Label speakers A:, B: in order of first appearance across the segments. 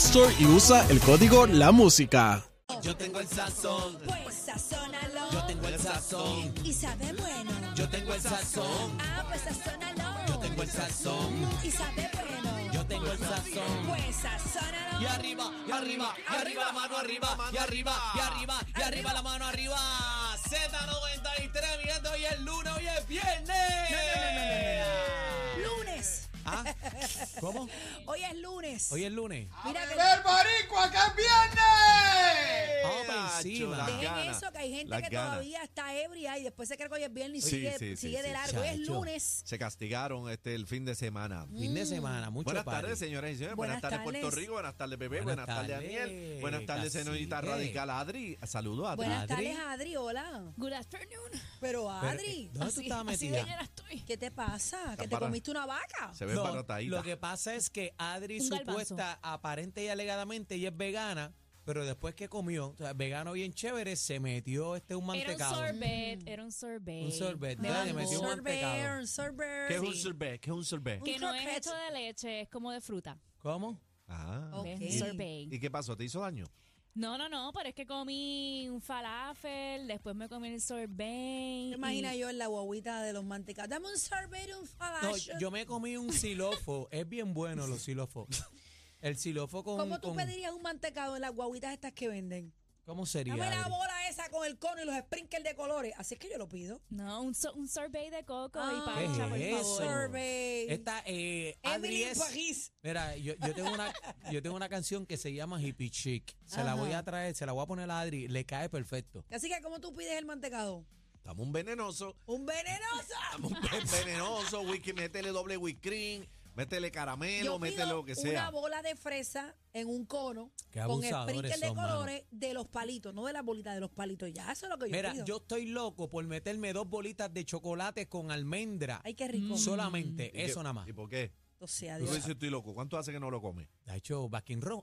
A: Store y usa el código La Música.
B: Yo tengo el sazón,
C: Pues sazónalo.
B: yo tengo el sazón,
C: Y sabe bueno.
B: yo tengo el sazón,
C: Ah, pues sazónalo. Yo
B: tengo el sazón,
C: Y sabe bueno.
B: yo tengo el sazón.
C: Pues sazónalo.
B: Y arriba, y arriba, y arriba la mano arriba, y arriba, y arriba, y arriba la mano arriba. Z93, mi gente, hoy es lunes, hoy es viernes.
C: Lunes.
B: ¿Ah? ¿Cómo?
C: Hoy es lunes.
B: Hoy es lunes.
C: Mira que
D: ¡El boricua que es viernes!
B: Vamos para encima.
C: dejen
E: ganas,
C: eso, que hay gente
E: las
C: que
E: ganas.
C: todavía está ebria y después se cree que hoy es viernes y
E: Sí,
C: sigue,
E: sí, sí,
C: sigue de
E: sí.
C: largo. Hoy es
B: Chacho.
C: lunes.
E: Se castigaron este el fin de semana.
B: Fin
C: Mm.
B: de semana, mucho
E: Buenas
B: party.
E: tardes, señoras y señores.
C: Buenas
E: Buenas, tardes, Puerto
C: tardes.
E: Rico. Buenas tardes, bebé. Buenas,
B: Buenas
E: tardes,
B: tardes,
E: Daniel. Buenas tardes,
B: cacique.
E: señorita Radical Adri. Saludos, Adri.
C: Buenas
B: Adri.
C: tardes, Adri. Hola.
F: Good afternoon.
C: Pero
B: Pero,
C: Adri,
B: eh, ¿Dónde tú
F: Así-
B: estabas
F: así
B: metida?
F: de llena estoy.
C: ¿qué te pasa? ¿Que te
E: para-
C: comiste una vaca?
E: Se ve
B: No,
E: parotadita.
B: Lo que pasa es que Adri
F: Un garbanzo.
B: supuesta, aparente y alegadamente, ella es vegana, pero después que comió, o sea, vegano bien chévere, se metió este un
F: Era un
B: mantecado.
F: sorbet, era un sorbet.
B: Un sorbet,
F: de
B: dale,
F: mango,
B: metió un mantecado.
C: Sorbet, sorbet.
E: ¿Qué es un
F: Sí.
E: sorbet? ¿Qué es un sorbet?
F: Que
C: Un
F: no es
C: croquet.
F: hecho de leche, es como de fruta.
B: ¿Cómo?
E: Ah.
C: Ok.
F: ¿ves? Sorbet.
E: ¿Y qué pasó? ¿Te hizo daño?
F: No, no, no, pero es que comí un falafel, después me comí el sorbet.
C: Me Imagina yo en la guaguita de los mantecados. Dame un sorbet y un
B: No,
C: falash.
B: yo me comí un silofo. es bien bueno los silofos. El silofo con...
C: ¿Cómo tú
B: con-
C: pedirías un mantecado en las guaguitas estas que venden?
B: ¿Cómo sería?
C: Dame la
B: Adri?
C: bola esa con el cono y los sprinkles de colores. Así es que yo lo pido.
F: No, un, so- un sorbet de coco y
C: Ah,
F: pancha, por
B: ¿Qué es
F: favor.
B: eso?
C: Sorbet.
B: Esta, eh, Adri
C: Emily en
B: es-
C: París.
B: Mira, yo, yo tengo una, yo tengo una canción que se llama Hippie Chic. Se la
C: Ajá.
B: voy a traer, se la voy a poner a Adri. Le cae perfecto.
C: Así que, ¿cómo tú pides el mantecado?
E: Estamos un venenoso.
C: ¡Un venenoso!
E: Estamos un ven- venenoso. Whisky, métele doble whipped cream. Métele caramelo,
C: Yo
E: métele
C: pido
E: lo que sea.
C: una bola de fresa en un cono
B: Qué
C: con
B: abusadores
C: sprinkles de
B: son, mano.
C: colores de los palitos, no de las bolitas, de los palitos. Ya, eso es lo que yo
B: Mira,
C: pido.
B: yo estoy loco por meterme dos bolitas de chocolate con almendra.
C: Ay, qué rico.
B: solamente,
E: ¿Y qué-
B: eso nada más.
E: ¿Y por qué?
C: O sea,
E: Tú
C: Dios.
E: dices, estoy loco. ¿Cuánto hace que no lo come?
B: Ha hecho Baskin Roll.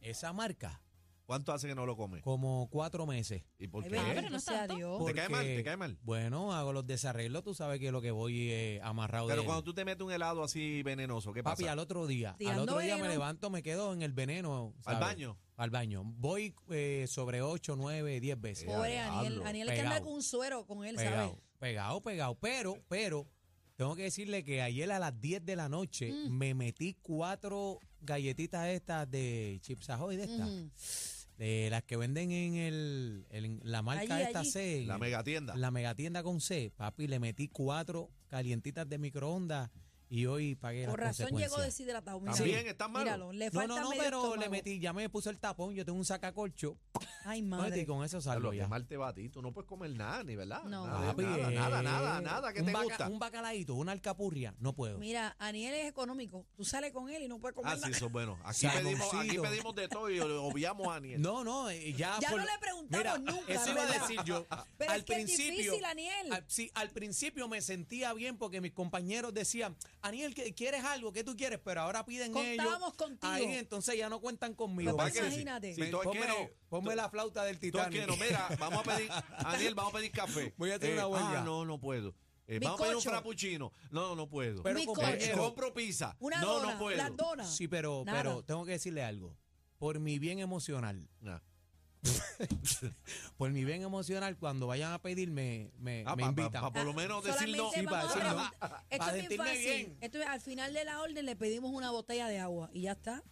B: Esa marca,
E: ¿Cuánto hace que no lo come?
B: como cuatro meses.
E: ¿Y por
C: Ay,
E: qué?
C: bendito
F: pero no es
C: sea
F: tanto.
C: Dios.
E: ¿Te cae mal?
B: Porque,
E: ¿Te cae mal?
B: Bueno, hago los desarreglos, tú sabes que lo que voy eh, amarrado
E: Pero
B: de
E: cuando tú te metes un helado así venenoso, ¿qué pasa?
B: Papi, al otro día, al
C: Tirando
B: otro día me
C: veneno.
B: levanto, me quedo en el veneno.
E: ¿Al
B: ¿sabes?
E: baño?
B: Al baño. Voy eh, sobre ocho, nueve, diez veces.
E: Ya,
C: Pobre Aniel.
E: diablo.
C: Aniel es que anda
B: Pegado.
C: con un suero con él, ¿sabes?
B: Pegado, pegado, pegado. Pero, pero, tengo que decirle que ayer a las 10 de la noche
C: Mm.
B: me metí cuatro galletitas estas de Chips Ahoy de estas.
C: Ujú.
B: De las que venden en el en la marca
C: Allí,
B: esta
C: allí.
B: C. en
E: La
B: el-
E: megatienda.
B: La megatienda con C. Papi, le metí cuatro calientitas de microondas y hoy pagué
C: Por
B: las
C: razón llegó
B: consecuencias.
C: deshidratado. mira.
E: También está malo.
C: Míralo, le
B: No,
C: falta
B: no, no,
C: medio
B: pero le
C: estómago.
B: metí, ya me puso el tapón, yo tengo un sacacorcho.
C: Ay,
B: Oye,
C: madre.
B: y con eso
E: Lo
B: salgo
E: que
B: ya.
E: mal te va a ti, tú no puedes comer nada, ni verdad.
C: No.
E: Nada,
B: Papi,
E: nada,
B: eh,
E: nada, nada, nada, ¿qué
B: un
E: te
B: baca-
E: gusta?
B: Un bacalaíto, una alcapurria, no puedo.
C: Mira, Aniel es económico. Tú sales con él y no puedes comer
E: Ah, sí,
C: nada.
E: eso es bueno. Aquí
B: Saconcito.
E: pedimos, aquí pedimos de todo y obviamos a Aniel.
B: No, no, eh, ya.
C: Ya
B: por-
C: no le preguntamos
B: Mira,
C: nunca,
B: Eso iba a
C: ¿verdad?
B: decir yo.
C: Pero
B: al
C: es que es
B: principio,
C: difícil, Aniel.
B: Al, sí, al principio me sentía bien porque mis compañeros decían, Aniel, ¿qué- ¿quieres algo? ¿Qué tú quieres? Pero ahora piden
C: Contábamos
B: ellos.
C: contigo.
B: Ahí entonces ya no cuentan
C: Lo
B: conmigo.
C: que
B: Me-
C: pasa es que Imagínate.
E: Si, si tú es
B: ponme,
E: que-
B: ponme
E: tú-
B: la flauta del
E: tú es que
B: Titanic.
E: no, mira, vamos a pedir, Aniel, vamos a pedir café.
B: Voy a hacer
E: Eh,
B: una huelga.
E: Ah, no, no puedo. Eh, vamos a pedir un
C: Bizcocho.
E: frappuccino. No, no puedo.
B: Pero
C: Mi
E: Eh,
B: compañero,
E: compro pizza.
C: Una
E: no,
C: dona,
E: no puedo.
C: las donas.
B: sí, pero,
C: Nada.
B: pero tengo que decirle algo. Por mi bien emocional,
E: Nah.
B: por mi bien emocional, cuando vayan a pedirme, me,
E: Ah,
B: me
E: pa- pa-
B: invitan.
E: pa- por lo menos
C: Ah, Solamente
E: decir no.
B: Sí,
C: vamos
B: para
C: a
B: decir no.
E: Ah,
C: preguntar. Esto
B: Para
C: es bien
B: sentirme
C: fácil.
B: bien.
C: Esto es- al final de la orden le pedimos una botella de agua y ya está.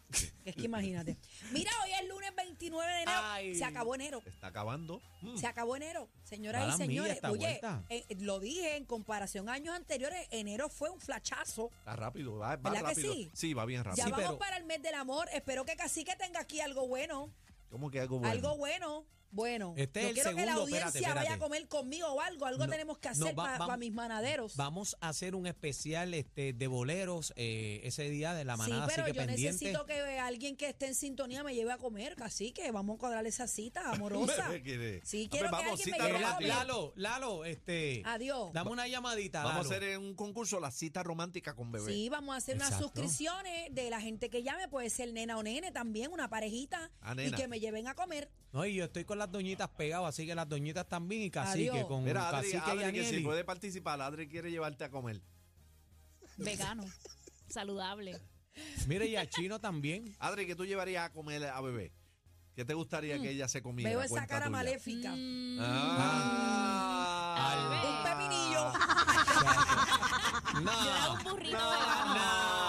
C: Es que imagínate. Mira, hoy es lunes 29 de enero.
B: Ay.
C: Se acabó enero.
E: Está acabando. Mm.
C: Se acabó enero, señoras
B: Mala
C: y señores.
B: milla esta
C: Oye,
B: vuelta.
C: eh, eh, lo dije en comparación a años anteriores, enero fue un flachazo.
E: Está rápido, va, va
C: ¿Verdad que
E: rápido.
C: sí?
E: va bien
C: Ya
E: rápido.
B: Sí,
C: vamos
B: pero-
C: para el mes del amor. Espero que Cacique tenga aquí algo bueno,
E: ¿Cómo que algo bueno?
C: algo bueno. Bueno,
B: Este
C: yo
B: es el
C: quiero que la
B: segundo,
C: audiencia
B: espérate, espérate.
C: vaya a comer conmigo o algo. Algo
B: No,
C: tenemos que
B: no,
C: hacer
B: va-
C: para
B: vamos-
C: mis manaderos.
B: Vamos a hacer un especial este, de boleros eh, ese día de la
C: sí,
B: manada,
C: pero
B: así que
C: yo
B: pendiente.
C: necesito que alguien que esté en sintonía me lleve a comer, así que vamos a cuadrar esa cita amorosa.
E: ¿Quiere?
C: sí,
E: A
C: quiero
E: ver,
C: que
E: vamos,
C: alguien me
E: cita
C: lleve a
B: La-
E: romántica.
C: comer.
B: Eh, Lalo, Lalo, este.
C: Adiós.
B: Dame una llamadita.
E: Vamos a
B: Lalo.
E: hacer en un concurso la cita romántica con bebé.
C: Sí, vamos a hacer unas
B: Exacto.
C: suscripciones de la gente que llame, puede ser nena o nene también, una parejita,
E: Ah,
C: y
E: nena.
C: que me lleven a comer.
B: No, y yo estoy con las doñitas pegadas, así que las doñitas también y cacique
C: Adiós.
B: con
E: Mira, Adri,
B: cacique y
E: Adri, que si
B: Anieli.
E: puede participar, Adri quiere llevarte a comer.
F: Vegano. saludable.
B: Mira, y a Chino también.
E: Adri, que tú llevarías a comer a bebé. ¿Qué te gustaría que ella se comiera?
C: Veo Mm. esa
E: Cuenta
C: cara
E: tuya.
C: maléfica.
F: Mm,
E: Ah.
F: Ah.
C: Un pepinillo.
F: yo le hago un
B: No.
F: burrito vegano.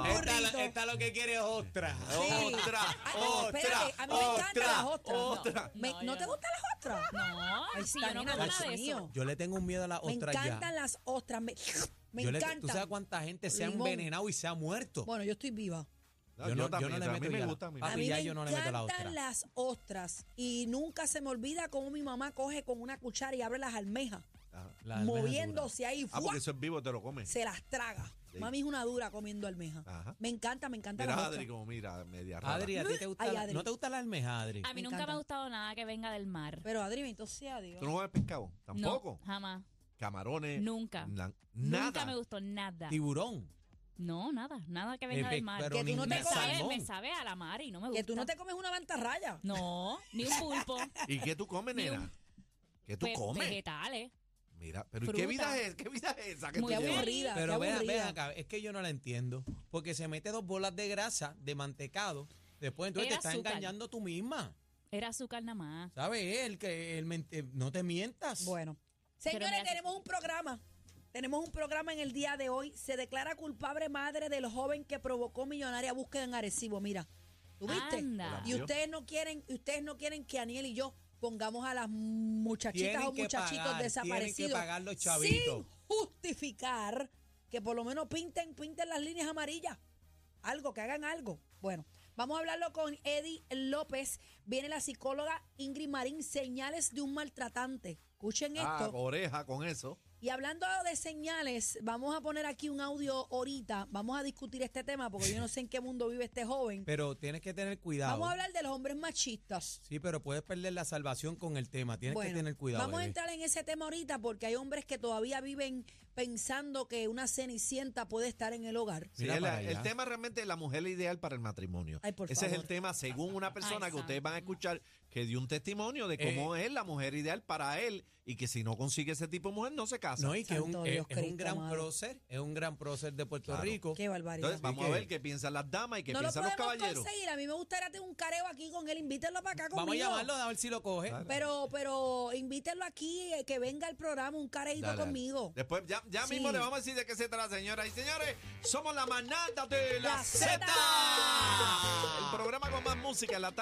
C: Un
E: Eh,
B: Esta,
C: burrito.
B: esta lo que quiere es ostra.
C: Sí.
E: Otra,
C: Ay, pero
E: otra,
C: espérate, a mí me encantan
E: otra,
C: las ostras.
E: otra.
C: Me-
F: No,
C: ¿No,
F: yo
C: te
F: no.
C: gustan las ostras?
F: No,
C: Ahí
F: si
C: está,
F: yo no
C: nena,
F: como
C: Dios
F: nada de eso.
C: mío.
B: Yo le tengo un miedo a las
C: Me
B: ostras ya.
C: encantan las ostras. Me, me
B: Yo le-
C: encantan.
B: ¿Tú sabes cuánta gente se ha
C: Limón.
B: envenenado y se ha muerto?
C: Bueno, yo estoy viva.
E: No, yo, también,
B: le
E: a mí
B: meto ya
E: me
B: la-
E: gusta. a mí me
B: Ah,
C: A
B: Papi,
C: mí
B: ya
C: me
B: yo no le meto
C: encantan
B: la ostra.
C: las ostras y nunca se me olvida cómo mi mamá coge con una cuchara y abre las almejas,
E: Ajá.
B: La almeja dura.
C: moviéndose ahí,
E: Ah,
C: ¡fua!
E: porque eso es vivo, te lo comes.
C: se las traga.
E: Sí.
C: Mami es una dura comiendo almeja.
E: Ajá.
C: Me encanta, me encanta
E: Mira,
C: las
E: Adri,
C: ostras.
E: como mira, media rara.
B: Adri, ¿a ti te gusta
C: Ay,
B: la-
C: Adri.
B: ¿no te gusta la almeja, Adri?
F: A mí
C: Me
F: nunca me
C: encanta.
F: ha gustado nada que venga del mar.
C: Pero Adri, entonces adiós.
E: ¿Tú no comes pescado? Tampoco.
F: No, jamás.
E: Camarones.
F: Nunca.
E: na-
F: Nunca
E: nada.
F: me gustó nada.
B: Tiburón.
F: No, nada. Nada que
E: Eh,
F: venga
B: Pepe,
F: del mar.
B: pero
C: Que tú
B: ni-
C: no te
F: me,
B: ni
C: comes-
F: sabe,
B: salmón.
F: me sabe a la mar y no me gusta.
C: que tú no te comes una mantarraya.
F: No, ni un pulpo.
E: ¿Y qué tú comes,
F: Ni un-
E: nena? ¿Qué tú
F: Ve-
E: comes?
F: Vegetales.
E: Mira, pero ¿y ¿qué
F: fruta.
E: vida es? ¿Qué vida es esa que
F: Muy
E: tú
C: Qué
E: llevas?
C: aburrida,
B: Pero
C: qué
B: vean,
C: aburrida.
B: vean acá, es que yo no la entiendo. Porque se mete dos bolas de grasa, de mantecado. Después entonces
F: Era
B: te estás
F: azúcar.
B: engañando tú misma.
F: Era azúcar nada más.
B: ¿Sabes? El que el mente- eh, no te mientas.
C: Bueno.
F: Pero
C: Señores,
F: mira que-
C: tenemos un programa. Tenemos un programa en el día de hoy. Se declara culpable madre del joven que provocó millonaria búsqueda en Arecibo. Mira, ¿tú viste?
F: Anda.
C: Y ustedes no quieren, ustedes no quieren que Aniel y yo pongamos a las muchachitas
B: Tienen
C: o
B: que
C: muchachitos
B: pagar,
C: desaparecidos.
B: tienen que pagar los chavitos.
C: Sin justificar que por lo menos pinten, pinten las líneas amarillas. Algo, que hagan algo. Bueno, vamos a hablarlo con Eddie López. Viene la psicóloga Ingrid Marín, señales de un maltratante. Escuchen
E: Ah,
C: esto.
E: oreja con eso.
C: Y hablando de señales, vamos a poner aquí un audio ahorita. Vamos a discutir este tema porque yo no sé en qué mundo vive este joven.
B: Pero tienes que tener cuidado.
C: Vamos a hablar de los hombres machistas.
B: Sí, pero puedes perder la salvación con el tema. Tienes que
C: Bueno,
B: tener cuidado.
C: Vamos a
B: bebé.
C: entrar en ese tema ahorita porque hay hombres que todavía viven pensando que una cenicienta puede estar en el hogar.
E: Sí,
B: Mira
E: el,
B: para
E: el
B: allá.
E: tema realmente es la mujer ideal para el matrimonio.
C: Ay, por
E: Ese es el
C: favor.
E: tema según una persona que
F: santo.
E: ustedes van a escuchar que dio un testimonio de cómo
B: Eh.
E: es la mujer ideal para él y que si no consigue ese tipo de mujer no se casa.
B: No, y que es un,
C: Santo
B: es,
C: Dios
B: es un
C: Cristo
B: gran
C: amado.
B: prócer, es un gran prócer de Puerto
E: Claro.
B: Rico.
C: Qué barbaridad.
E: Entonces vamos a
B: que-
E: ver qué piensan las damas y qué
C: no lo
E: piensan
C: podemos
E: los caballeros.
C: conseguir. A mí me gustaría tener un careo aquí con él. Invítenlo para acá conmigo.
B: Vamos a llamarlo a ver si lo coge.
E: Claro.
C: Pero, pero invítenlo aquí, eh, que venga al programa, un careíto
E: Dale, dale.
C: conmigo.
E: Después ya, ya
C: Sí.
E: mismo le vamos a decir de qué se trata, señoras y señores. Somos la manada de la,
C: La
E: Z.
C: Zeta.
E: El programa con más música en la tarde.